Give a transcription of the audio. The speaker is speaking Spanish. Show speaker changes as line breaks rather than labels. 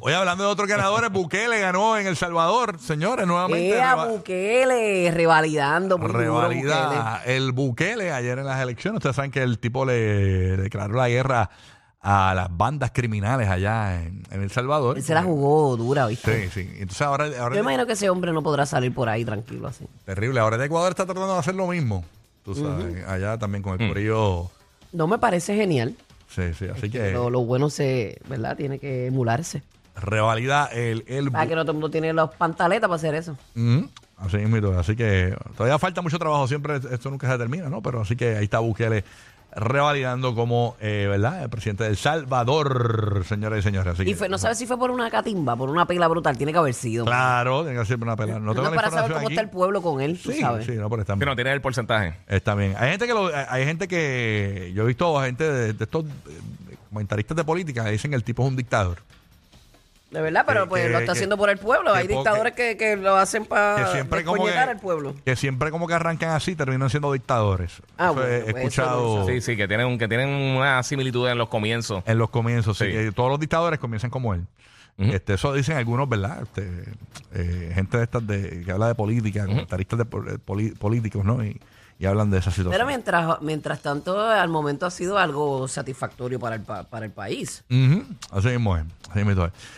Hoy hablando de otros ganadores, Bukele ganó en El Salvador, señores, nuevamente.
Ea,
reva-
Bukele, revalidando. muy duro, Bukele.
revalida el Bukele ayer en las elecciones. Ustedes saben que el tipo le declaró la guerra a las bandas criminales allá en, en El Salvador.
Él se la jugó dura, ¿viste?
Sí, sí. Entonces ahora, ahora
Yo imagino que ese hombre no podrá salir por ahí tranquilo así.
terrible. Ahora el Ecuador está tratando de hacer lo mismo. Tú sabes, allá también con el corillo.
No me parece genial.
Sí, sí. Así que
Pero lo bueno se, ¿verdad? Tiene que emularse.
revalida el, el
Para que no todo el mundo tiene las pantaletas para hacer eso.
Ujú. Así mismo, así que todavía falta mucho trabajo, siempre esto nunca se termina, ¿no? Pero así que ahí está Bukele revalidando como, eh, ¿verdad? El presidente del Salvador, señores y señores. Así
Y
que,
fue, no sabes si fue por una catimba, por una pila brutal. Tiene que haber sido.
Claro, tiene que hacer una pelada. No
No,
tengo la
para saber
información
cómo
aquí.
está el pueblo con él, tú
Sí,
sabes.
sí, no, pero está
Que
bien.
no tienes el porcentaje.
Está bien. Hay gente que lo- hay gente que yo he visto gente de, de estos eh, comentaristas de política que dicen que el tipo es un dictador.
De verdad, pero
Que-
pues
que-
lo está
que-
haciendo por el pueblo.
que
Hay
po-
dictadores que, que lo hacen
que
para
siempre como que,
despuñetar Ah, al pueblo.
que siempre como que arrancan así terminan siendo dictadores.
Ah,
Eso
bueno,
he
pues eso
escuchado.
no
Sí, sí, que tienen, que tienen una similitud en los comienzos.
En los comienzos, sí.
Sí.
que todos los dictadores comienzan como él.
Ujú.
este, eso dicen algunos, ¿verdad? Este, eh, gente de estas de, que habla de política, comentaristas de pol- eh, poli- políticos, ¿no? Y, y hablan de esa
Pero
situación.
mientras, mientras tanto, al momento ha sido algo satisfactorio para el, pa- para el país.
Ujú, Así mismo es. Así mismo es.